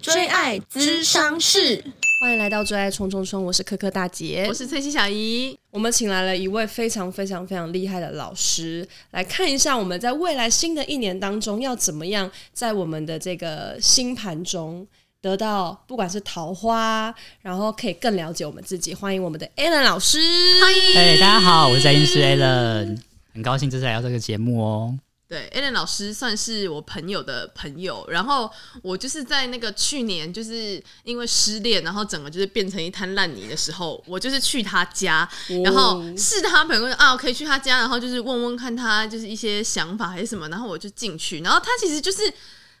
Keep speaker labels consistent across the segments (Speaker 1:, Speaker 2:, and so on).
Speaker 1: 追爱咨商室，
Speaker 2: 欢迎来到《最爱冲冲冲》，我是可可大姐，
Speaker 3: 我是翠西小姨。
Speaker 2: 我们请来了一位非常非常非常厉害的老师，来看一下我们在未来新的一年当中要怎么样在我们的这个星盘中得到，不管是桃花，然后可以更了解我们自己。欢迎我们的 Alan 老师，
Speaker 3: 欢迎，
Speaker 4: 哎、大家好，我是在音师 Allen，很高兴这次来到这个节目哦。
Speaker 3: 对 a l n 老师算是我朋友的朋友，然后我就是在那个去年就是因为失恋，然后整个就是变成一滩烂泥的时候，我就是去他家，
Speaker 2: 哦
Speaker 3: 然后是他朋友说啊，我可以去他家，然后就是问问看他就是一些想法还是什么，然后我就进去，然后他其实就是。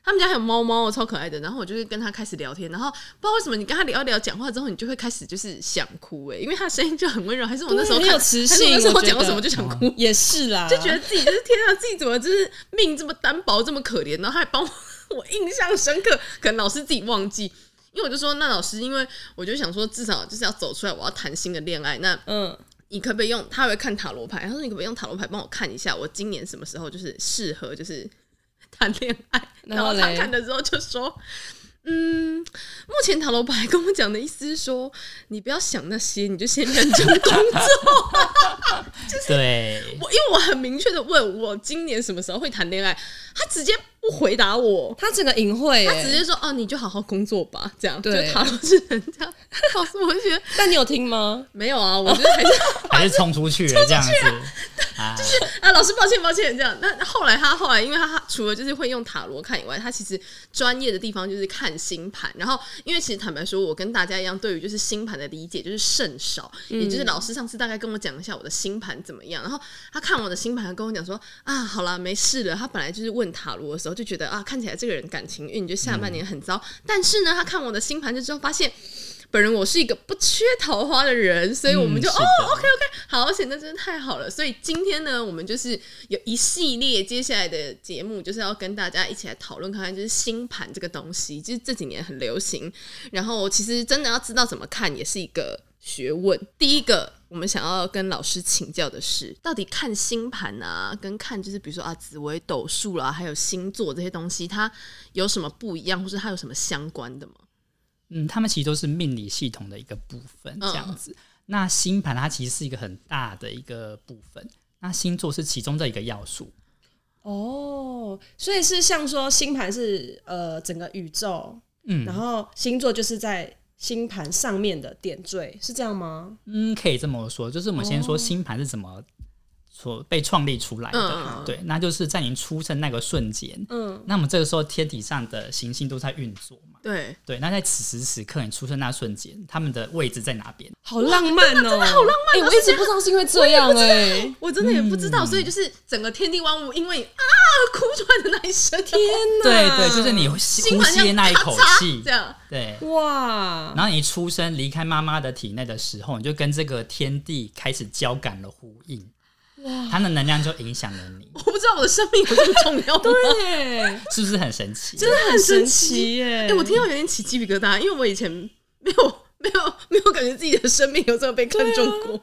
Speaker 3: 他们家还有猫猫，超可爱的。然后我就是跟他开始聊天，然后不知道为什么你跟他聊一聊讲话之后，你就会开始就是想哭哎、因为他声音就很温柔，还是我那时候
Speaker 2: 对嗯
Speaker 3: 看
Speaker 2: 很有磁
Speaker 3: 还是我那
Speaker 2: 性
Speaker 3: 时
Speaker 2: 我
Speaker 3: 候
Speaker 2: 觉
Speaker 3: 讲过
Speaker 2: 得嗯
Speaker 3: 什么就想哭。
Speaker 2: 也是啦，
Speaker 3: 就觉得自己就是天啊，自己怎么就是命这么单薄，这么可怜，然后他还帮我， 我印象深刻，可能老师自己忘记，因为我就说那老师，因为我就想说至少就是要走出来，我要谈新的恋爱，那
Speaker 2: 嗯，
Speaker 3: 你可不可以用？他还会看塔罗牌，他说你可不可以用塔罗牌帮我看一下，我今年什么时候就是适合就是谈恋爱？
Speaker 2: 然
Speaker 3: 然
Speaker 2: 后
Speaker 3: 后
Speaker 2: 嘞
Speaker 3: 他看的时候就说。嗯，目前塔罗牌跟我讲的意思是说，你不要想那些，你就先认真工作。
Speaker 4: 对，
Speaker 3: 我因为我很明确的问我今年什么时候会谈恋爱，他直接不回答我，
Speaker 2: 他整个隐晦、
Speaker 3: 他直
Speaker 2: 欸，
Speaker 3: 接说哦，你就好好工作吧，这样就
Speaker 2: 对
Speaker 3: 塔罗是人 家告诉我，我就觉得
Speaker 2: 但你有听吗？
Speaker 3: 没有啊，我觉得还是
Speaker 4: 还是冲出去了这样子。啊，
Speaker 3: 啊，老师抱歉抱歉，这样。那后来他后来，因为他除了就是会用塔罗看以外，他其实专业的地方就是看星盘。然后，因为其实坦白说，我跟大家一样，对于就是星盘的理解就是甚少，也就是老师上次大概跟我讲一下我的星盘怎么样。然后他看我的星盘，他跟我讲说啊，好啦，没事了。他本来就是问塔罗的时候就觉得啊，看起来这个人感情运就下半年很糟，但是呢，他看我的星盘就之后发现。本人我是一个不缺桃花的人，所以我们就、
Speaker 4: 嗯是
Speaker 3: 哦
Speaker 4: 的
Speaker 3: ，OK OK，好，而且那真的太好了。所以今天呢，我们就是有一系列接下来的节目，就是要跟大家一起来讨论看看，就是星盘这个东西，就是这几年很流行，然后其实真的要知道怎么看，也是一个学问。第一个，我们想要跟老师请教的是，到底看星盘啊，跟看就是比如说啊紫微斗数啦、还有星座这些东西，它有什么不一样，或是它有什么相关的吗？
Speaker 4: 嗯，他们其实都是命理系统的一个部
Speaker 3: 嗯
Speaker 4: 分，这样子。那星盘它其实是一个很大的一个部分，那星座是其中的一个要素。
Speaker 2: 哦，所以是像说星盘是呃整个宇宙，
Speaker 4: 嗯
Speaker 2: 然后星座就是在星盘上面的点缀，是这样吗？
Speaker 4: 嗯，可以这么说，就是我们
Speaker 3: 哦
Speaker 4: 先说星盘是怎么所被创立出来的，
Speaker 3: 嗯
Speaker 4: 对，那就是在您出生那个瞬间，
Speaker 2: 嗯，
Speaker 4: 那我们这个时候天体上的行星都在运作嘛，
Speaker 3: 对，
Speaker 4: 对，那在此时此刻你出生那瞬间，他们的位置在哪边？
Speaker 2: 好浪漫哦、好浪漫、我一
Speaker 3: 哎
Speaker 2: 直不知道是因为这样哎、
Speaker 3: 我真的也不知道，所以就是整个天地万物，因为你啊哭出来的那一声，天哪，
Speaker 4: 对对，就是你呼吸
Speaker 3: 啊心
Speaker 4: 呼
Speaker 3: 好
Speaker 4: 吸
Speaker 3: 像
Speaker 4: 的那一口
Speaker 3: 咔嚓
Speaker 4: 气
Speaker 3: 这，样。
Speaker 4: 对。
Speaker 2: 哇，
Speaker 4: 然后你出生离开妈妈的体内的时候，你就跟这个天地开始交感了呼应，它的能量就影响了你，
Speaker 3: 我不知道我的生命有这么重要吗？
Speaker 2: 对，
Speaker 4: 是不是很神奇？
Speaker 2: 真的很神
Speaker 3: 神
Speaker 2: 奇耶、
Speaker 3: 哎、我听到有点起鸡皮疙瘩，因为我以前没有 没有没有感觉自己的生命有这么被看重过。哦，原来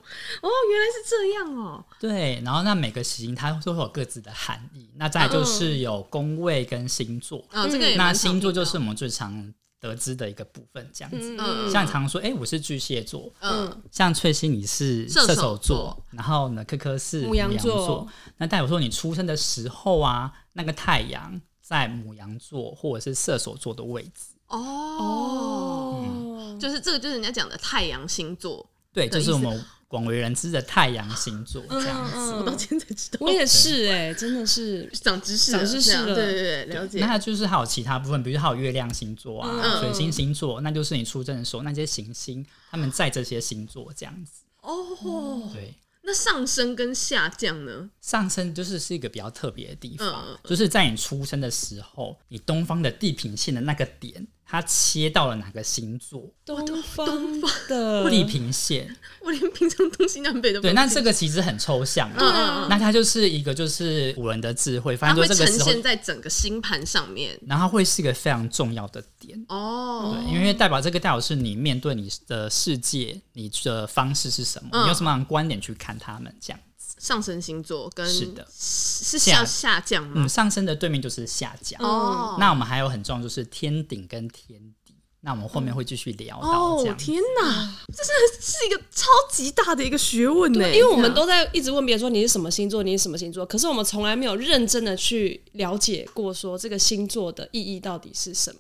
Speaker 3: 是这样哦。
Speaker 4: 对，然后那每个行星它都会有各自的含义，那再来就是有宫位跟星座，
Speaker 3: 啊，嗯这个也
Speaker 4: 那
Speaker 3: 蛮常
Speaker 4: 星座
Speaker 3: 听
Speaker 4: 就
Speaker 3: 到
Speaker 4: 是我们最常得知的一个部分，这样子。
Speaker 2: 嗯
Speaker 3: 嗯
Speaker 4: 像常说，哎、我是巨蟹座，
Speaker 3: 嗯
Speaker 4: 像翠西你是
Speaker 3: 射手
Speaker 4: 射手座
Speaker 3: 座，
Speaker 4: 然后呢，科科是
Speaker 2: 母
Speaker 4: 母
Speaker 2: 羊
Speaker 4: 羊
Speaker 2: 座
Speaker 4: 座。那代表说你出生的时候啊，那个太阳在母羊座或者是射手座的位置，
Speaker 3: 哦，
Speaker 2: 哦，
Speaker 3: 就是这个就是人家讲的太阳星座，
Speaker 4: 对，
Speaker 3: 的
Speaker 4: 就
Speaker 3: 意思
Speaker 4: 是我们广为人知的太阳星座这样子。
Speaker 3: 我到今天才知道。
Speaker 2: 我也是哎、真的是
Speaker 3: 长知识了，
Speaker 2: 长知识
Speaker 3: 这样
Speaker 2: 了
Speaker 3: 对对对，了解
Speaker 4: 那。它就是还有其他部分，比如还有月亮星座啊、
Speaker 2: 嗯
Speaker 4: 水星星座，那就是你出生的时候那些行星，他们在这些星座这样子。
Speaker 3: 哦，
Speaker 4: 对，
Speaker 3: 那上升跟下降呢？
Speaker 4: 上升就是是一个比较特别的地方，
Speaker 3: 嗯嗯
Speaker 4: 就是在你出生的时候，你东方的地平线的那个点，它切到了哪个星座？
Speaker 2: 东方
Speaker 3: 嗯
Speaker 2: 的
Speaker 4: 地平线。
Speaker 3: 我连平常东西南北都不
Speaker 4: 对，那
Speaker 3: 清
Speaker 4: 这个其实很抽象
Speaker 3: 楚。嗯
Speaker 4: 啊。
Speaker 3: 嗯嗯，
Speaker 4: 那它就是一个就是古人的智慧，
Speaker 3: 它
Speaker 4: 反正
Speaker 3: 会
Speaker 4: 就
Speaker 3: 呈
Speaker 4: 这个时候
Speaker 3: 现，在整个星盘上面。
Speaker 4: 然后它会是一个非常重要的点。
Speaker 3: 哦，
Speaker 4: 对，因为代表这个代表是你面对你的世界，你的方式是什么，
Speaker 3: 嗯
Speaker 4: 你用什么样的观点去看他们这样。
Speaker 3: 上升星座跟
Speaker 4: 是的
Speaker 3: 是下
Speaker 4: 下
Speaker 3: 下降吗
Speaker 4: 嗯，？上升的对面就是下降。
Speaker 3: 哦，
Speaker 4: 那我们还有很重要就是天顶跟天底。那我们后面会继续聊到这
Speaker 3: 哦
Speaker 4: 样，子。
Speaker 3: 天哪，这是是一个超级大的一个学问呢、
Speaker 2: 因为我们都在一直问别人说你是什么星座，你是什么星座，可是我们从来没有认真的去了解过说这个星座的意义到底是什么，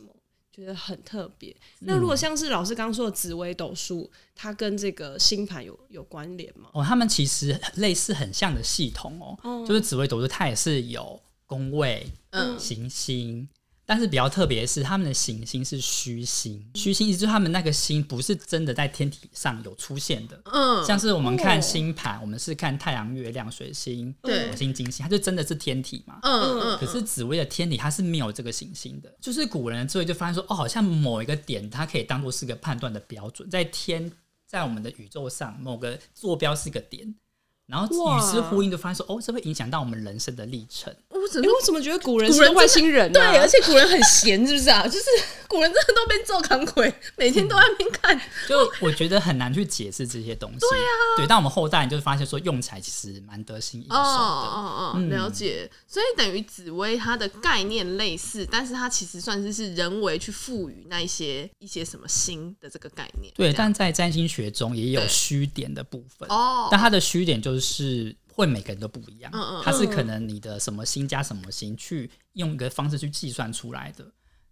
Speaker 2: 觉得很特别。那如果像是老师刚刚说的紫微斗数，它跟这个星盘有有关联吗？
Speaker 4: 哦，他们其实类似很像的系统哦，就是紫微斗数，它也是有宫位、
Speaker 3: 嗯
Speaker 4: 行星，但是比较特别的是，他们的行星是虚星，
Speaker 3: 嗯
Speaker 4: 虚星意思就是他们那个星不是真的在天体上有出现的，
Speaker 3: 嗯，
Speaker 4: 像是我们
Speaker 2: 哦
Speaker 4: 看星盘，我们是看太阳、月亮、水星、
Speaker 3: 对
Speaker 4: 火星、金星，它就真的是天体嘛。
Speaker 3: 嗯嗯，
Speaker 4: 可是紫薇的天体它是没有这个行星的，就是古人的智慧就发现说，哦，好像某一个点它可以当做是个判断的标准，在天在我们的宇宙上某个坐标是个点，然后
Speaker 2: 哇
Speaker 4: 与之呼应就发现说，哦，这会影响到我们人生的历程。
Speaker 3: 我只
Speaker 2: 哎、
Speaker 3: 能
Speaker 2: 我怎么觉得古人
Speaker 3: 古
Speaker 2: 是
Speaker 3: 人
Speaker 2: 外星人、啊？
Speaker 3: 哦 对，而且古人很闲，是不是啊？就是古人真的都被揍扛鬼，每天都在那边看。
Speaker 4: 就我觉得很难去解释这些东西。对啊，对，但我们后代人就发现说，用起来其实蛮得心应手
Speaker 3: 哦
Speaker 4: 的。
Speaker 3: 哦哦，
Speaker 4: 嗯
Speaker 3: 了解。所以等于紫薇它的概念类似，但是它其实算是是人为去赋予那一些一些什么星的这个概念。
Speaker 4: 对，
Speaker 3: 这样
Speaker 4: 但在占星学中也有
Speaker 3: 对
Speaker 4: 虚点的部分。
Speaker 3: 哦，
Speaker 4: 但它的虚点就是会每个人都不一样，
Speaker 3: 嗯嗯
Speaker 4: 它是可能你的什么星加什么星去用一个方式去计算出来的。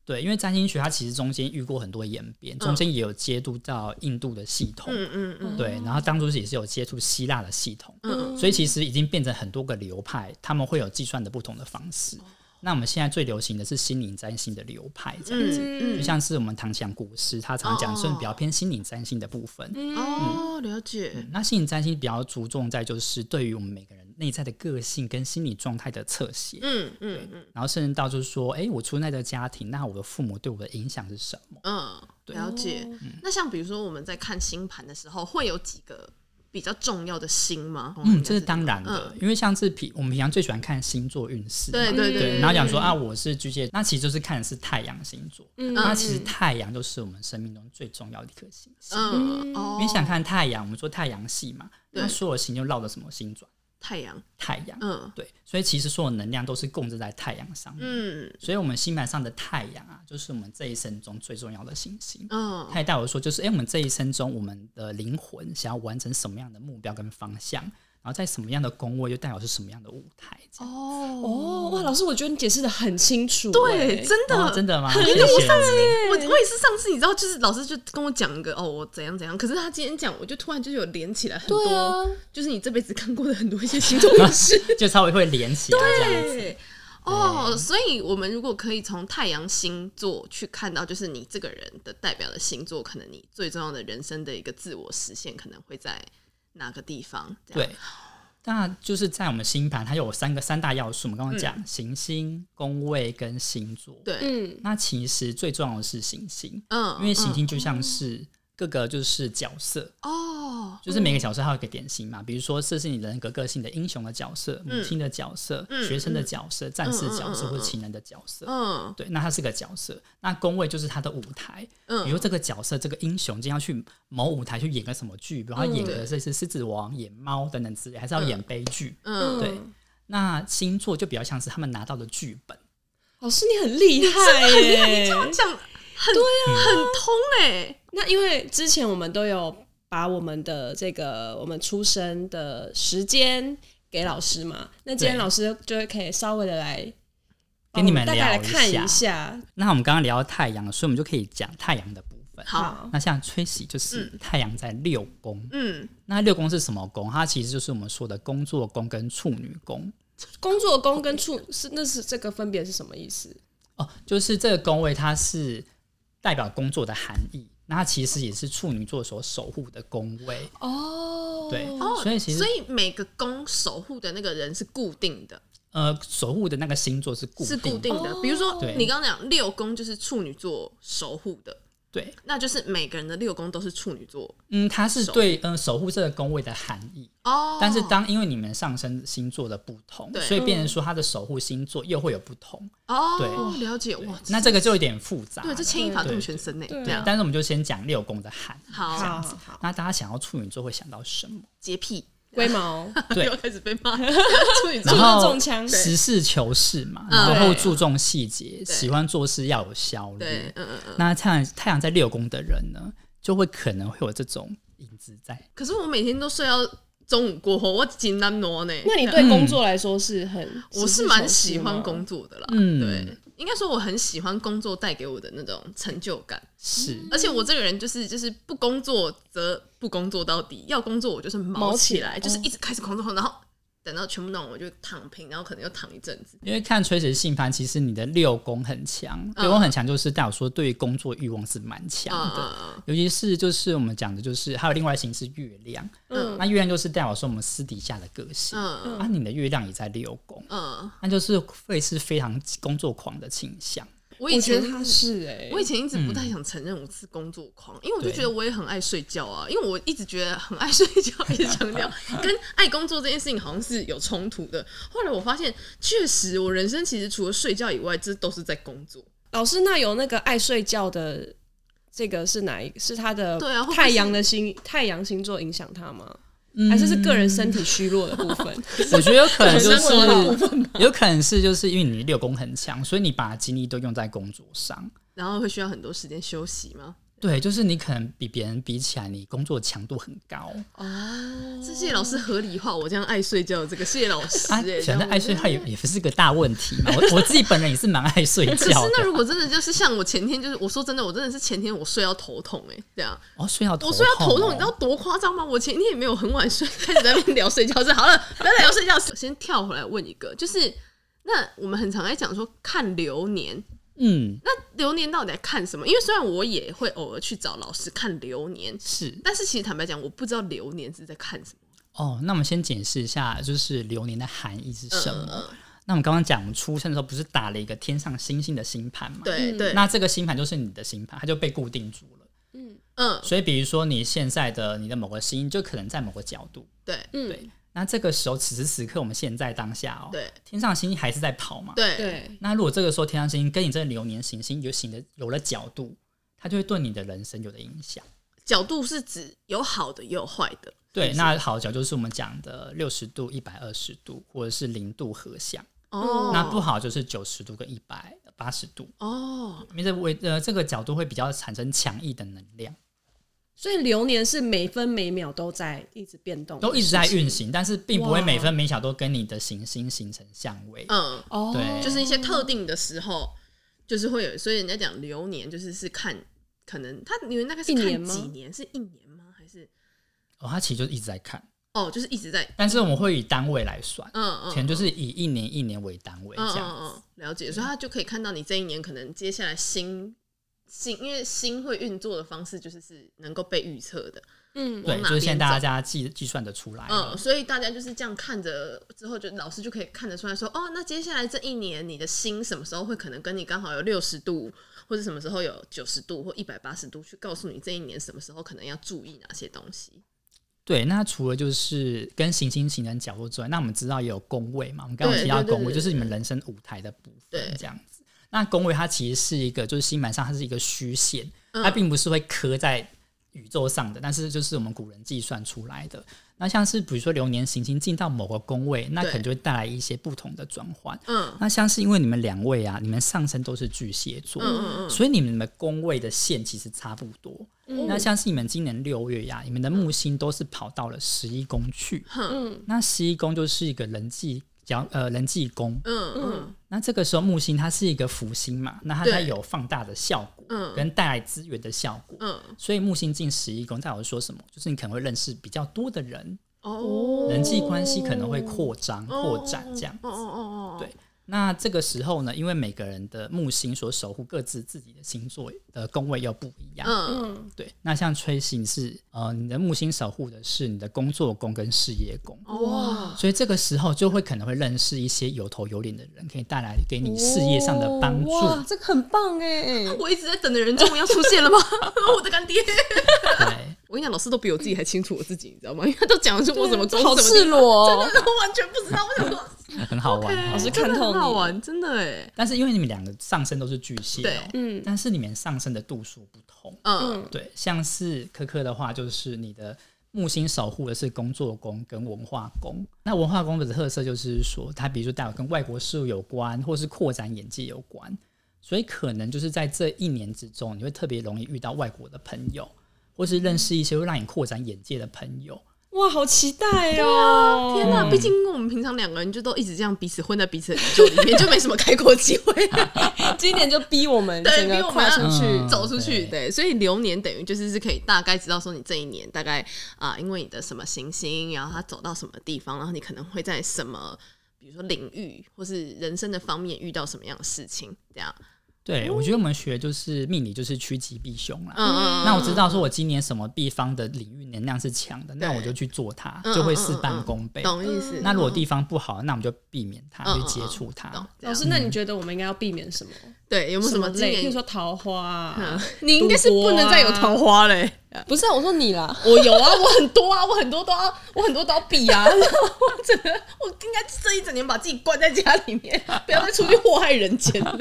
Speaker 4: 对，因为占星学它其实中间遇过很多演变，中间也有接触到印度的系统，
Speaker 3: 嗯嗯嗯
Speaker 4: 对，然后当初也是有接触希腊的系统，
Speaker 3: 嗯
Speaker 4: 所以其实已经变成很多个流派，他们会有计算的不同的方式。
Speaker 3: 哦
Speaker 4: 那我们现在最流行的是心灵占星的流派，这样子，
Speaker 3: 嗯哦
Speaker 4: 就像是我们唐讲古诗，他常讲是比较偏心灵占星的部分。
Speaker 3: 嗯，哦，了解
Speaker 4: 嗯。那心理占星比较着重在就是对于我们每个人内在的个性跟心理状态的侧写，
Speaker 3: 嗯嗯嗯
Speaker 4: 然后甚至到就是说，哎、我出生在这个家庭，那我的父母对我的影响是什么？
Speaker 3: 嗯，
Speaker 4: 对嗯
Speaker 3: 了解。那像比如说我们在看星盘的时候，会有几个比较重要的星吗？
Speaker 4: 嗯，这是当然的，
Speaker 3: 嗯
Speaker 4: 因为像是平我们平常最喜欢看星座运势嘛，
Speaker 3: 对嗯对对
Speaker 4: 然后讲说啊，我是巨蟹，那其实就是看的是太阳星座，
Speaker 2: 嗯
Speaker 4: 那其实太阳就是我们生命中最重要的一颗行星。
Speaker 3: 嗯哦，
Speaker 4: 你想看太阳，我们说太阳系嘛，
Speaker 3: 对
Speaker 4: 那所有星就绕着什么星转？
Speaker 3: 太阳？
Speaker 4: 太阳。
Speaker 3: 嗯
Speaker 4: 对，所以其实所有能量都是共振在太阳上面。
Speaker 3: 嗯
Speaker 4: 所以，我们星盘上的太阳啊，就是我们这一生中最重要的行星。
Speaker 3: 嗯
Speaker 4: 它也代表说，就是哎、诶我们这一生中，我们的灵魂想要完成什么样的目标跟方向，然后在什么样的宫位，又代表是什么样的舞台。这样
Speaker 3: 哦，
Speaker 2: 哦，哇，老师，我觉得你解释的很清楚、
Speaker 3: 对，
Speaker 2: 哎
Speaker 3: 真的
Speaker 4: 哦真的吗？
Speaker 3: 很
Speaker 4: 谢
Speaker 3: 多
Speaker 4: 谢你
Speaker 3: 我我也是上次你知道，就是老师就跟我讲一个哦，我怎样怎样，可是他今天讲，我就突然就有连起来很多，
Speaker 2: 对啊，
Speaker 3: 就是你这辈子看过的很多一些星座故事。
Speaker 4: 就稍微会连起来这样子。
Speaker 3: 对， 哦，所以我们如果可以从太阳星座去看到，就是你这个人的代表的星座，可能你最重要的人生的一个自我实现，可能会在哪个地方？这样
Speaker 4: 对，那就是在我们星盘，它有三个三大要素。我们刚刚讲、行星、宫位跟星座。
Speaker 3: 嗯对，
Speaker 2: 嗯，
Speaker 4: 那其实最重要的是行星，
Speaker 3: 嗯，
Speaker 4: 因为行
Speaker 3: 嗯
Speaker 4: 星就像是各个就是角色。
Speaker 3: 哦，
Speaker 4: 就是每个角色它有一个典型嘛，比如说这是你人格个性的英雄的角色、母亲的角色、
Speaker 3: 嗯
Speaker 4: 学生的角色、战士角色
Speaker 3: 嗯嗯嗯
Speaker 4: 或情人的角色。
Speaker 3: 嗯
Speaker 4: 对，那它是个角色，那宫位就是他的舞台。比如
Speaker 3: 嗯
Speaker 4: 这个角色，这个英雄今天要去某舞台去演个什么剧，比如他演
Speaker 3: 嗯对
Speaker 4: 个这是狮子王、演猫等等之类，还是要演悲剧。
Speaker 3: 嗯，
Speaker 4: 对，那星座就比较像是他们拿到的剧
Speaker 3: 哦
Speaker 4: 本。
Speaker 2: 老师你很厉害欸耶、
Speaker 3: 讲很对啊，很通哎，
Speaker 2: 那因为之前我们都有把我们的这个我们出生的时间给老师嘛，那今天
Speaker 4: 对
Speaker 2: 老师就会可以稍微的来
Speaker 4: 给你们
Speaker 2: 帮我大概来
Speaker 4: 聊一
Speaker 2: 看
Speaker 4: 下
Speaker 2: 一下。
Speaker 4: 那我们刚刚聊到太阳，所以我们就可以讲太阳的部分。
Speaker 3: 好，
Speaker 4: 那像崔喜就是太阳在六宫，
Speaker 3: 嗯，
Speaker 4: 那六宫是什么宫？它其实就是我们说的工作宫跟处女宫
Speaker 2: 工作宫跟处是那是这个分别是什么意思？
Speaker 4: 哦，就是这个宫位它是代表工作的含义，那它其实也是处女座所守护的宫位。
Speaker 2: 哦
Speaker 4: 对，
Speaker 3: 哦，
Speaker 4: 所以其实
Speaker 3: 所以每个宫守护的那个人是固定的，
Speaker 4: 呃，守护的那个星座是固
Speaker 3: 是
Speaker 4: 定
Speaker 3: 固定的
Speaker 2: 哦。
Speaker 3: 比如说
Speaker 4: 对
Speaker 3: 你刚刚讲六宫就是处女座守护的，
Speaker 4: 对，
Speaker 3: 那就是每个人的六宫都是处女座
Speaker 4: 嗯，它是
Speaker 3: 守
Speaker 4: 对嗯、呃守护这个宫位的含义。
Speaker 3: 哦
Speaker 4: 但是当因为你们上升星座的不同
Speaker 3: 对，嗯
Speaker 4: 所以变成说它的守护星座又会有不同。
Speaker 3: 哦，
Speaker 4: 对
Speaker 3: 了解
Speaker 4: 对
Speaker 3: 哇，
Speaker 4: 那这个就有点复杂。
Speaker 3: 对这牵一发
Speaker 4: 对
Speaker 3: 动全身呢，
Speaker 2: 对
Speaker 3: 这样
Speaker 4: 但是我们就先讲六宫的含义。
Speaker 3: 好
Speaker 2: 好好好
Speaker 4: 那大家想要处女座会想到什么？
Speaker 3: 洁癖
Speaker 2: 龟毛，
Speaker 4: 对
Speaker 3: 又开始被骂，处女
Speaker 4: 然
Speaker 3: 座
Speaker 2: 然后
Speaker 4: 后
Speaker 2: 中枪对
Speaker 4: 实事求是嘛，
Speaker 3: 嗯
Speaker 4: 然后
Speaker 2: 对
Speaker 4: 注重细节，喜欢做事要有效率。
Speaker 3: 对，嗯嗯嗯。
Speaker 4: 那太阳太阳在六宫的人呢，就会可能会有这种影子在。
Speaker 3: 可是我每天都睡到中午过后，我紧张挪呢。
Speaker 2: 那你对工作来说是很，
Speaker 3: 我是蛮喜欢工作的啦，
Speaker 4: 嗯
Speaker 3: 对，应该说我很喜欢工作带给我的那种成就感，
Speaker 4: 是，
Speaker 3: 而且我这个人就是就是不工作则不工作到底，要工作我就是毛
Speaker 2: 毛
Speaker 3: 起
Speaker 2: 起
Speaker 3: 来，
Speaker 2: 来
Speaker 3: 就是
Speaker 2: 哦
Speaker 3: 一直开始工作，然后等到全部弄完我就躺平，然后可能又躺一阵子，
Speaker 4: 因为看垂直性盘，其实你的六宫很强，
Speaker 3: 嗯
Speaker 4: 六宫很强就是代表说对于工作欲望是蛮
Speaker 3: 嗯
Speaker 4: 强的。
Speaker 3: 嗯嗯，
Speaker 4: 尤其是就是我们讲的，就是还有另外一型是月亮，
Speaker 2: 嗯
Speaker 4: 那月亮就是代表说我们私底下的个性，
Speaker 3: 嗯
Speaker 4: 啊，你的月亮也在六宫，
Speaker 3: 嗯，
Speaker 4: 那就是会是非常工作狂的倾向。
Speaker 3: 我以
Speaker 2: 我觉
Speaker 3: 前
Speaker 2: 得他是哎、
Speaker 3: 我以前一直不太想承认我是工作狂，因为我就
Speaker 4: 对
Speaker 3: 觉得我也很爱睡觉啊，因为我一直觉得很爱睡觉，一直强调跟爱工作这件事情好像是有冲突的。后来我发现，确实我人生其实除了睡觉以外，这都是在工作。
Speaker 2: 老师那有那个爱睡觉的，这个是哪一？是他的
Speaker 3: 对啊会不会
Speaker 2: 太阳的星太阳星座影响他吗？
Speaker 4: 嗯
Speaker 2: 还是是个人身体虚弱的部 分？
Speaker 4: 我觉得有可能就
Speaker 2: 我觉得
Speaker 4: 是，有可能是就是因为你六宫很强，所以你把精力都用在工作上。
Speaker 3: 然后会需要很多时间休息吗？
Speaker 4: 对，就是你可能比别人比起来，你工作强度很高
Speaker 3: 这谢谢老师合理化我这样爱睡觉的这个，谢谢老师、
Speaker 4: 啊，
Speaker 3: 欸。
Speaker 4: 反
Speaker 3: 这样
Speaker 4: 正爱睡觉也也不是个大问题嘛。我我自己本人也是蛮爱睡
Speaker 3: 可是
Speaker 4: 觉
Speaker 3: 那
Speaker 4: 的，
Speaker 3: 如果真的就是像我前天就是我说真的我真的是前天我睡到头痛哎、欸，这样
Speaker 4: 哦，睡到头
Speaker 3: 我睡到头
Speaker 4: 痛
Speaker 3: 痛，
Speaker 4: 哦
Speaker 3: 你知道多夸张吗？我前天也没有很晚睡，开始在那边聊睡觉是好了，不要再聊睡觉。先跳回来问一个，就是那我们很常在讲说看流年，
Speaker 4: 嗯，
Speaker 3: 那流年到底在看什么？因为虽然我也会偶尔去找老师看流年，
Speaker 4: 是
Speaker 3: 但是其实坦白讲，我不知道流年是在看什么。
Speaker 4: 哦。那我们先解释一下，就是流年的含义
Speaker 3: 呃
Speaker 4: 是什
Speaker 3: 嗯
Speaker 4: 么。那我们刚刚讲，我们出生的时候不是打了一个天上星星的星盘嘛？。
Speaker 3: 对
Speaker 2: 嗯
Speaker 3: 对，
Speaker 4: 那这个星盘就是你的星盘，它就被固定住了。
Speaker 3: 嗯
Speaker 4: 所以，比如说你现在的你的某个星，就可能在某个角度。
Speaker 3: 对
Speaker 2: 嗯
Speaker 4: 对，那这个时候，此时此刻，我们现在当下哦，
Speaker 3: 对
Speaker 4: 天上星星还是在跑嘛？。
Speaker 3: 对
Speaker 2: 对，
Speaker 4: 那如果这个时候天上星星跟你这个流年行星有行的有了角度，它就会对你的人生有了影响。
Speaker 3: 角度是指有好的也有坏的。
Speaker 4: 对，
Speaker 3: 是
Speaker 4: 那好角就是我们讲的六十度、一百二十度，或者是零度合相。
Speaker 3: 哦，
Speaker 4: 那不好就是九十度跟一百八十度，
Speaker 3: 哦，
Speaker 4: 因为这位呃这个角度会比较产生强毅的能量，
Speaker 2: 所以流年是每分每秒都在一直变动的事情，
Speaker 4: 都一直在运行，但是并不会
Speaker 2: 哇
Speaker 4: 每分每秒都跟你的行星形成相位。
Speaker 3: 嗯，
Speaker 2: 哦，
Speaker 4: 对
Speaker 3: 就是一些特定的时候，就是会有，所以人家讲流年就是是看，可能他你们大概是
Speaker 2: 一年
Speaker 3: 看
Speaker 2: 吗
Speaker 3: 几年？是一年吗？还是
Speaker 4: 哦，它其实就一直在看，
Speaker 3: 哦，就是一直在
Speaker 4: 但是我们会以单位来算，
Speaker 3: 嗯嗯，
Speaker 4: 可能就是以一年一年为单位
Speaker 3: 嗯
Speaker 4: 这
Speaker 3: 嗯
Speaker 4: 样。
Speaker 3: 嗯嗯，了解，所以他就可以看到你这一年可能接下来新新，因为新会运作的方式就是是能够被预测的，
Speaker 2: 嗯，
Speaker 4: 对，
Speaker 3: 往哪
Speaker 4: 就是现在
Speaker 3: 边
Speaker 4: 大
Speaker 3: 走
Speaker 4: 家计计算的出来了
Speaker 3: 嗯，所以大家就是这样看着之后，就老师就可以看得出来说，哦，那接下来这一年你的心什么时候会可能跟你刚好有六十度，或者什么时候有九十度或一百八十度，去告诉你这一年什么时候可能要注意哪些东西。
Speaker 4: 对，那除了就是跟行星形成角度之外，那我们知道也有宫位嘛，我们刚刚有
Speaker 3: 对
Speaker 4: 提到
Speaker 3: 对对
Speaker 4: 宫位，
Speaker 3: 对
Speaker 4: 就是你们人生舞台的部
Speaker 3: 对
Speaker 4: 分这样子。那宫位它其实是一个，就是星盘上它是一个虚线，它
Speaker 3: 嗯
Speaker 4: 并不是会刻在宇宙上的，但是就是我们古人计算出来的。那像是比如说流年行星进到某个宫位，那
Speaker 3: 对
Speaker 4: 可能就会带来一些不同的转换。
Speaker 3: 嗯
Speaker 4: 那像是因为你们两位啊，你们上升都是巨蟹座，
Speaker 3: 嗯嗯嗯，
Speaker 4: 所以你们的宫位的线其实差不多。那像是你们今年六月呀、你们的木星都是跑到了十一宫去。
Speaker 3: 哼
Speaker 4: 那十一宫就是一个人际讲呃人际宫。
Speaker 3: 嗯嗯
Speaker 4: 那这个时候木星它是一个福星嘛，那它
Speaker 3: 对
Speaker 4: 它有放大的效果，
Speaker 3: 嗯
Speaker 4: 跟带来资源的效果。
Speaker 3: 嗯，
Speaker 4: 所以木星进十一宫，代表说什么？就是你可能会认识比较多的人，
Speaker 3: 哦，
Speaker 4: 人际关系可能会扩张、
Speaker 3: 哦
Speaker 4: 扩展这样。
Speaker 3: 哦哦哦哦，
Speaker 4: 对那这个时候呢，因为每个人的木星所守护各自自己的星座的宫位又不一样，
Speaker 3: 嗯
Speaker 2: 嗯，
Speaker 4: 对，那像崔星是呃，你的木星守护的是你的工作宫跟事业宫，
Speaker 2: 哦
Speaker 3: 嗯哇，
Speaker 4: 所以这个时候就会可能会认识一些有头有脸的人，可以带来给你事业上的帮助。
Speaker 2: 哇，这个很棒哎，
Speaker 3: 我一直在等的人终于要出现了吗？ 我的干爹。
Speaker 4: 对，
Speaker 3: 我跟你讲，老师都比我自己还清楚我自己，你知道吗？因为他都讲的是我怎么攻
Speaker 2: 好
Speaker 3: 什么
Speaker 2: 赤
Speaker 3: 地
Speaker 2: 裸
Speaker 3: 方，
Speaker 2: 哦，
Speaker 3: 真的 我完全不知道。我想说，
Speaker 4: 很好玩。
Speaker 3: 哎
Speaker 2: 老师
Speaker 3: 真的
Speaker 2: 看透
Speaker 3: 很
Speaker 2: 你
Speaker 3: 好玩，真的哎。
Speaker 4: 但是因为你们两个上升都是巨蟹、
Speaker 3: 对
Speaker 4: 哦，
Speaker 2: 嗯
Speaker 4: 但是你们上升的度数不同。
Speaker 3: 嗯
Speaker 2: 嗯
Speaker 4: 对，像是科科的话，就是你的木星守护的是工作宫跟文化宫。那文化宫的特色就是说，它比如说带有跟外国事务有关，或是扩展眼界有关，所以可能就是在这一年之中，你会特别容易遇到外国的朋友，或是认识一些会让你扩展眼界的朋友。
Speaker 2: 哇，好期待哦！
Speaker 3: 啊天哪，毕竟我们平常两个人就都一直这样彼此混在彼此的宇宙里面，就没什么开阔机会，
Speaker 2: 今年就逼我们
Speaker 3: 对
Speaker 2: 整
Speaker 3: 逼
Speaker 2: 个
Speaker 3: 我们啊
Speaker 2: 跨出
Speaker 3: 要
Speaker 2: 去。
Speaker 4: 嗯
Speaker 3: 走出去。
Speaker 4: 对
Speaker 3: 对，所以流年等于就是是可以大概知道说你这一年大概啊、因为你的什么行星，然后它走到什么地方，然后你可能会在什么。比如说领域或是人生的方面遇到什么样的事情，这样，
Speaker 4: 对，我觉得我们学就是命理，就是趋吉避凶啦。
Speaker 3: 嗯嗯，
Speaker 4: 那我知道说我今年什么地方的领域能量是强的，那
Speaker 3: 对
Speaker 4: 我就去做它，
Speaker 3: 嗯
Speaker 4: 就会事半功倍。
Speaker 3: 懂意思。
Speaker 4: 欸那如果地方不好，那我们就避免它，
Speaker 3: 嗯
Speaker 4: 去接触它。
Speaker 3: 懂这
Speaker 2: 老
Speaker 3: 样
Speaker 2: 师，那你觉得我们应该要避免什么？
Speaker 3: 对有没有什么今
Speaker 2: 类？譬如
Speaker 3: 年
Speaker 2: 说桃花啊，
Speaker 3: 你应该是不能再有桃花嘞、
Speaker 2: 不是啊，我说你啦，
Speaker 3: 我有啊，我很多啊，我很多都要，我很多都要比啊。 我整个，我应该这一整年把自己关在家里 面，不要再出去祸害人间了。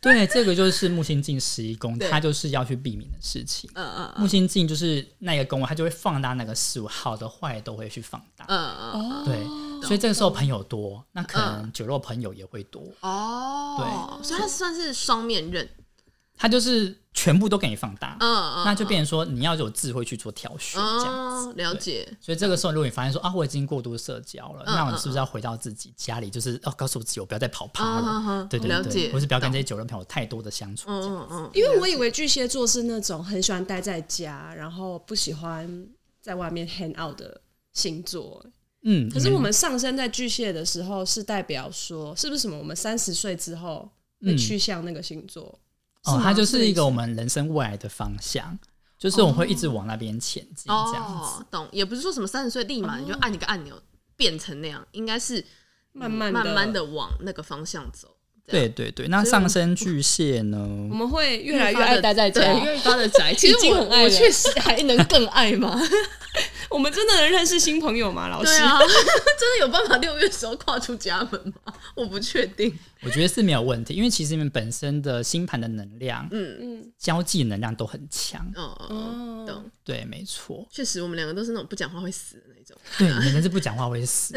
Speaker 4: 对，这个就是木星进十一宫，
Speaker 3: 对
Speaker 4: 它就是要去避免的事情。
Speaker 3: 嗯嗯
Speaker 4: 木星进就是那个宫位，它就会放大那个事物，好的坏的都会去放大。
Speaker 3: 嗯嗯，
Speaker 2: 哦，
Speaker 4: 对，所以这个时候朋友多，那可能酒肉朋友也会多，
Speaker 3: 哦，所以他算是双面刃。
Speaker 4: 它就是全部都给你放大，
Speaker 3: 嗯嗯，
Speaker 4: 那就变成说你要有智慧去做挑选这样子。
Speaker 3: 哦，了解。
Speaker 4: 所以这个时候，如果你发现说啊，我已经过度社交了，
Speaker 3: 嗯
Speaker 4: 那我是不是要回到自己家里，就是哦，告诉我自己我不要再跑趴
Speaker 3: 啊哈哈
Speaker 4: 了，对对
Speaker 3: 了解
Speaker 4: 对，或是不要跟这些酒肉朋友太多的相处。这
Speaker 3: 嗯
Speaker 4: 样
Speaker 3: 嗯嗯，
Speaker 2: 因为我以为巨蟹座是那种很喜欢待在家，然后不喜欢在外面 hang out 的星座。
Speaker 4: 嗯，
Speaker 2: 可是我们上升在巨蟹的时候，是代表说，是不是什么？我们三十岁之后会
Speaker 4: 嗯
Speaker 2: 趋向那个星座？
Speaker 4: 哦
Speaker 2: 是，吗
Speaker 4: 它就是一个我们人生未来的方向，就是我们会一直往那边前进这样子。
Speaker 3: 哦，懂。也不是说什么三十岁立马你就按一个按钮变成那样，应该是
Speaker 2: 慢慢
Speaker 3: 慢慢
Speaker 2: 的，
Speaker 3: 的往那个方向走。
Speaker 4: 对对对，那上升巨蟹呢
Speaker 2: 我？们会越 来越爱待在家。
Speaker 3: 对越发的宅。其
Speaker 2: 已
Speaker 3: 实
Speaker 2: 经
Speaker 3: 我
Speaker 2: 很爱
Speaker 3: 我
Speaker 2: 了
Speaker 3: 确实还能更爱吗？
Speaker 2: 我们真的能认识新朋友吗？老师
Speaker 3: 对，啊， 真的有办法六月的时候跨出家门吗？ 我不确定。
Speaker 4: 我觉得是没有问题，因为其实你们本身的星盘的能量、
Speaker 3: 嗯
Speaker 2: 嗯，
Speaker 4: 交际能量都很强。
Speaker 3: 嗯嗯，嗯
Speaker 2: 哦，
Speaker 3: 懂。
Speaker 4: 对，没错，
Speaker 3: 确实，我们两个都是那种不讲话会死的那种。
Speaker 4: 对，你们是不讲话 会死。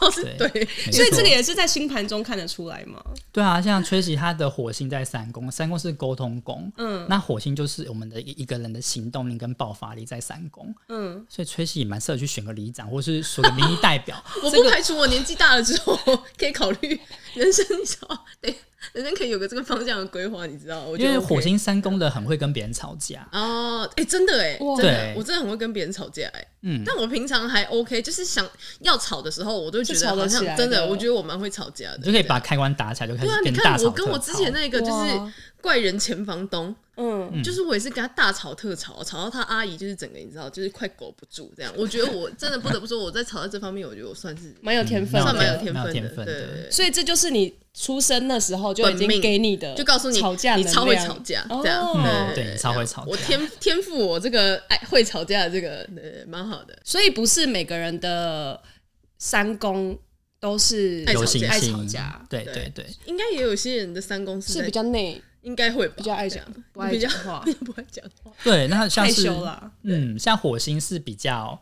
Speaker 4: 对，
Speaker 3: 对，
Speaker 4: 没
Speaker 2: 所以
Speaker 4: 错
Speaker 2: 这个也是在星盘中看得出来吗？
Speaker 4: 对啊，像崔喜他的火星在三宫，三宫是沟通宫，
Speaker 2: 嗯
Speaker 4: 那火星就是我们的一一个人的行动力跟爆发力在三宫，
Speaker 2: 嗯，
Speaker 4: 所以崔喜也蛮适合去选个里长 或是选个民意代表，
Speaker 3: 我不排除我年纪大了之后可以考虑人生，你知道，对，人生可以有个这个方向的规划，你知道？ 我觉
Speaker 4: 因
Speaker 3: 得
Speaker 4: 为
Speaker 3: OK
Speaker 4: 火星三宫的很会跟别人吵架，
Speaker 3: 哦，哎、真的哎、
Speaker 2: 哇
Speaker 3: 真的
Speaker 4: 对，
Speaker 3: 我真的很会跟别人吵架哎、
Speaker 4: 嗯，
Speaker 3: 但我平常还 OK，就是想要吵的时候，我都觉
Speaker 2: 是
Speaker 3: 得
Speaker 2: 吵得
Speaker 3: 好像
Speaker 2: 起来
Speaker 3: 真的，
Speaker 2: 的
Speaker 3: 我觉得我蛮会吵架的，
Speaker 4: 你就可以
Speaker 3: 对
Speaker 4: 把开关打起来，就开
Speaker 3: 对啊
Speaker 4: 始，
Speaker 3: 你
Speaker 4: 变大
Speaker 3: 看
Speaker 4: 吵
Speaker 3: 我
Speaker 4: 特
Speaker 3: 跟我之前
Speaker 4: 吵
Speaker 3: 那个就是
Speaker 2: 哇
Speaker 3: 怪人前房东，
Speaker 2: 啊嗯，
Speaker 4: 嗯
Speaker 3: 就是我也是跟他大吵特吵，吵到他阿姨就是整个你知道，就是快苟不住这样。我觉得我真的不得不说，我在吵到这方面，我觉得我算是
Speaker 2: 蛮有天分
Speaker 4: 嗯
Speaker 3: 算蛮
Speaker 2: 的。
Speaker 3: 有天分
Speaker 4: 蛮
Speaker 3: 的，
Speaker 4: 有天分的
Speaker 3: 对对对。
Speaker 2: 所以这就是你出生那时候就已经给你的，
Speaker 3: 就告诉你，
Speaker 2: 吵架
Speaker 3: 你
Speaker 2: 能
Speaker 3: 超会
Speaker 2: 量
Speaker 3: 吵架，
Speaker 2: 哦
Speaker 3: 这样，
Speaker 4: 嗯对
Speaker 3: 对，
Speaker 4: 你超会吵
Speaker 3: 呃我
Speaker 4: 架
Speaker 3: 天天赋我这个爱会吵架的这个，呃，蛮好的。
Speaker 2: 所以不是每个人的三宫都是
Speaker 3: 爱吵
Speaker 4: 有
Speaker 3: 架
Speaker 4: 行
Speaker 2: 爱
Speaker 4: 星
Speaker 2: 吵架，
Speaker 4: 对
Speaker 3: 对
Speaker 4: 对对，
Speaker 3: 应该也有些人的三公司
Speaker 2: 是比较内，
Speaker 3: 应该会吧，
Speaker 2: 比较爱
Speaker 3: 这
Speaker 2: 讲
Speaker 3: 样，
Speaker 2: 不爱
Speaker 3: 啊比较，
Speaker 2: 讲话
Speaker 3: 不爱讲话。
Speaker 4: 对，那像
Speaker 2: 害
Speaker 4: 是
Speaker 2: 羞啦。
Speaker 4: 嗯，像火星是比较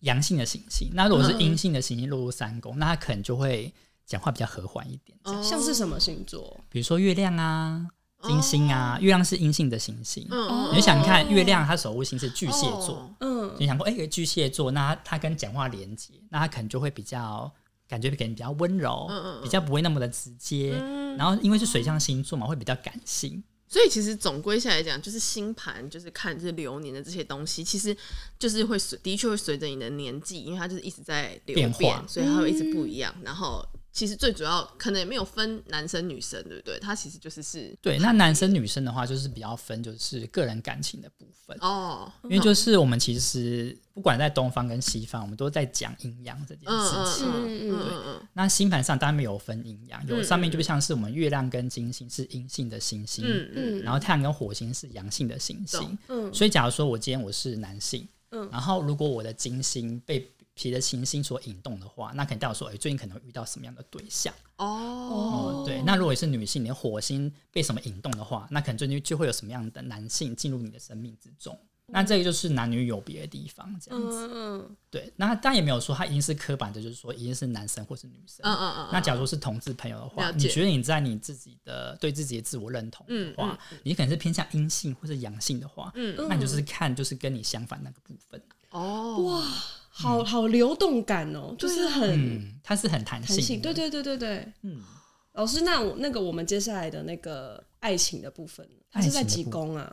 Speaker 4: 阳性的行星，那如果是阴性的行星落入三宫，那他可能就会讲话比较和缓一点，
Speaker 3: 哦
Speaker 2: 像是什么星座？
Speaker 4: 比如说月亮啊、金星啊，月亮是阴性的行星，
Speaker 3: 哦嗯，哦
Speaker 4: 你想看月亮，它守护星是巨蟹座，
Speaker 2: 嗯，
Speaker 4: 你想过，哎、巨蟹座，那它它跟讲话连接，那它可能就会比较感觉给人比较温柔，
Speaker 3: 嗯嗯嗯嗯
Speaker 4: 比较不会那么的直接。然后因为是水象星座嘛，会比较感性。
Speaker 3: 所以其实总归下来讲，就是星盘，就是看这流年的这些东西，其实就是会随的确会随着你的年纪，因为它就是一直在流变，
Speaker 4: 变化
Speaker 3: 所以它会一直不一样。然后其实最主要可能也没有分男生女生，对不对？它其实就是是
Speaker 4: 对，那男生女生的话，就是比较分就是个人感情的部分，
Speaker 3: 哦，
Speaker 4: 因为就是我们其实不管在东方跟西方，我们都在讲阴阳这件
Speaker 3: 嗯
Speaker 4: 事情。
Speaker 3: 嗯嗯
Speaker 2: 嗯
Speaker 3: 嗯嗯嗯，
Speaker 4: 那星盘上当然没有分阴阳，有上面就像是我们月亮跟金星是阴性的行星，
Speaker 3: 嗯嗯
Speaker 4: 然后太阳跟火星是阳性的行星
Speaker 3: 懂，
Speaker 2: 嗯
Speaker 4: 所以假如说我今天我是男性，
Speaker 2: 嗯
Speaker 4: 然后如果我的金星被别的行星所引动的话，那可能代表说，哎、最近可能会遇到什么样的对象？
Speaker 3: 哦，
Speaker 4: 哦，对。那如果你是女性，你的火星被什么引动的话，那可能最近就会有什么样的男性进入你的生命之中。那这个就是男女有别的地方，这样子。
Speaker 2: 嗯，
Speaker 4: 对，那但也没有说它一定是刻板的，就是说一定是男生或是女生。
Speaker 3: 嗯嗯嗯，
Speaker 4: 那假如是同志朋友的话，
Speaker 3: 了
Speaker 4: 你
Speaker 3: 解
Speaker 4: 觉得你在你自己的对自己的自我认同
Speaker 2: 嗯
Speaker 4: 的话，你可能是偏向阴性或是阳性的话，
Speaker 3: 嗯
Speaker 4: 那你就是看就是跟你相反那个部分，啊
Speaker 3: 哦哇，
Speaker 2: 好好流动感哦，就是很
Speaker 4: 嗯，它是很弹
Speaker 2: 弹
Speaker 4: 性的，
Speaker 2: 性。对对对对对，
Speaker 4: 嗯，
Speaker 2: 老师，那我那个我们接下来的那个爱情的部分，它是在几宫啊？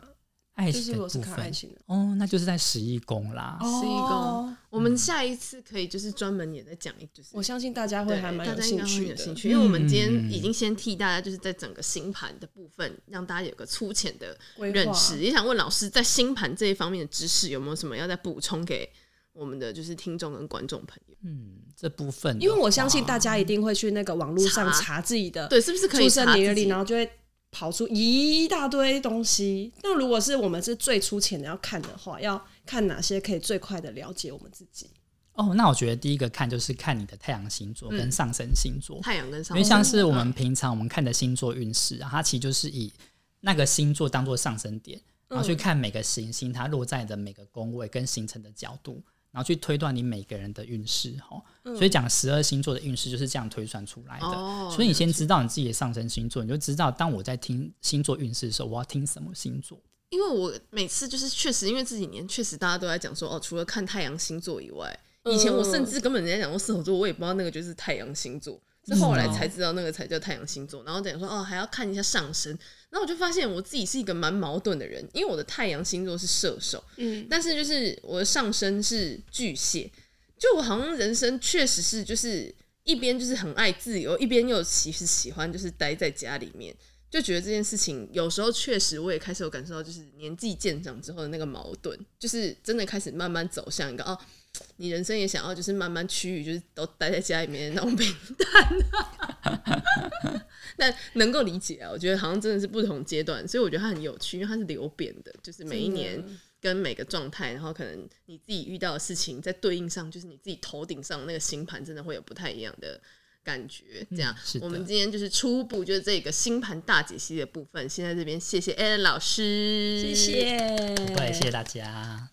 Speaker 4: 爱
Speaker 2: 就
Speaker 4: 情
Speaker 2: 是
Speaker 4: 的
Speaker 2: 我是
Speaker 4: 部
Speaker 2: 看爱
Speaker 4: 分。
Speaker 2: 情的
Speaker 4: 哦，那就是在十一宫啦。
Speaker 2: 哦
Speaker 3: 十一宫，我们下一次可以就是专门也再讲一，就是
Speaker 2: 我相信大家会
Speaker 3: 对
Speaker 2: 还蛮
Speaker 3: 大
Speaker 2: 有
Speaker 3: 家应
Speaker 2: 兴
Speaker 3: 该会
Speaker 2: 趣
Speaker 3: 有
Speaker 2: 的。
Speaker 3: 兴趣，因为我们今天
Speaker 4: 嗯
Speaker 3: 已经先替大家就是在整个星盘的部分，让大家有个粗浅的
Speaker 2: 规划
Speaker 3: 认识。也想问老师，在星盘这一方面的知识有没有什么要再补充给我们的就是听众跟观众朋友？
Speaker 4: 嗯，这部分的话，
Speaker 2: 因为我相信大家一定会去那个网络上
Speaker 3: 查
Speaker 2: 查自己的
Speaker 3: 对，是不是可以
Speaker 2: 出生
Speaker 3: 查
Speaker 2: 年月
Speaker 3: 自己
Speaker 2: 历，然后就会跑出一大堆东西。那如果是我们是最粗浅的要看的话，要看哪些可以最快的了解我们自己？
Speaker 4: 哦，那我觉得第一个看就是看你的太阳星
Speaker 2: 嗯
Speaker 4: 座跟上升星座，
Speaker 3: 太阳跟
Speaker 4: 因
Speaker 3: 上
Speaker 4: 为
Speaker 3: 升？
Speaker 4: 像是我们平常我们看的星座运势、啊，它其实就是以那个星座当做上升点，然后去看每个行星它落在的每个宫位跟形成的角度，然后去推断你每个人的运势哈。所以讲十二星座的运势就是这样推算出来的。
Speaker 3: 哦
Speaker 4: 所以你先知道你自己的上升星座，你就知道当我在听星座运势的时候，我要听什么星座。
Speaker 3: 因为我每次就是确实，因为这几年确实大家都在讲说，哦，除了看太阳星座以外，以前我
Speaker 2: 嗯
Speaker 3: 甚至根本人家讲过射手座，我也不知道那个就是太阳星座，是
Speaker 2: 嗯
Speaker 3: 后来才知道那个才叫太阳星座。然后等于说，哦，还要看一下上升。然后我就发现我自己是一个蛮矛盾的人，因为我的太阳星座是射手，
Speaker 2: 嗯，
Speaker 3: 但是就是我的上身是巨蟹，就我好像人生确实是就是一边就是很爱自由，一边又其实喜欢就是待在家里面，就觉得这件事情有时候确实我也开始有感受到，就是年纪渐长之后的那个矛盾，就是真的开始慢慢走向一个哦。你人生也想要就是慢慢趋于就是都待在家里面的那种平淡、啊，那能够理解啊。我觉得好像真的是不同阶段，所以啊我觉得它很有趣，因为它是流变的，就是每一年跟每个状态，然后可能你自己遇到的事情，在对应上，就是你自己头顶上那个星盘，真的会有不太一样的感觉。这样，
Speaker 4: 是的
Speaker 3: 我们今天就是初步就是这个星盘大解析的部分，先在这边谢谢 a l n 老师，
Speaker 2: 谢。谢，
Speaker 4: 对，谢谢大家。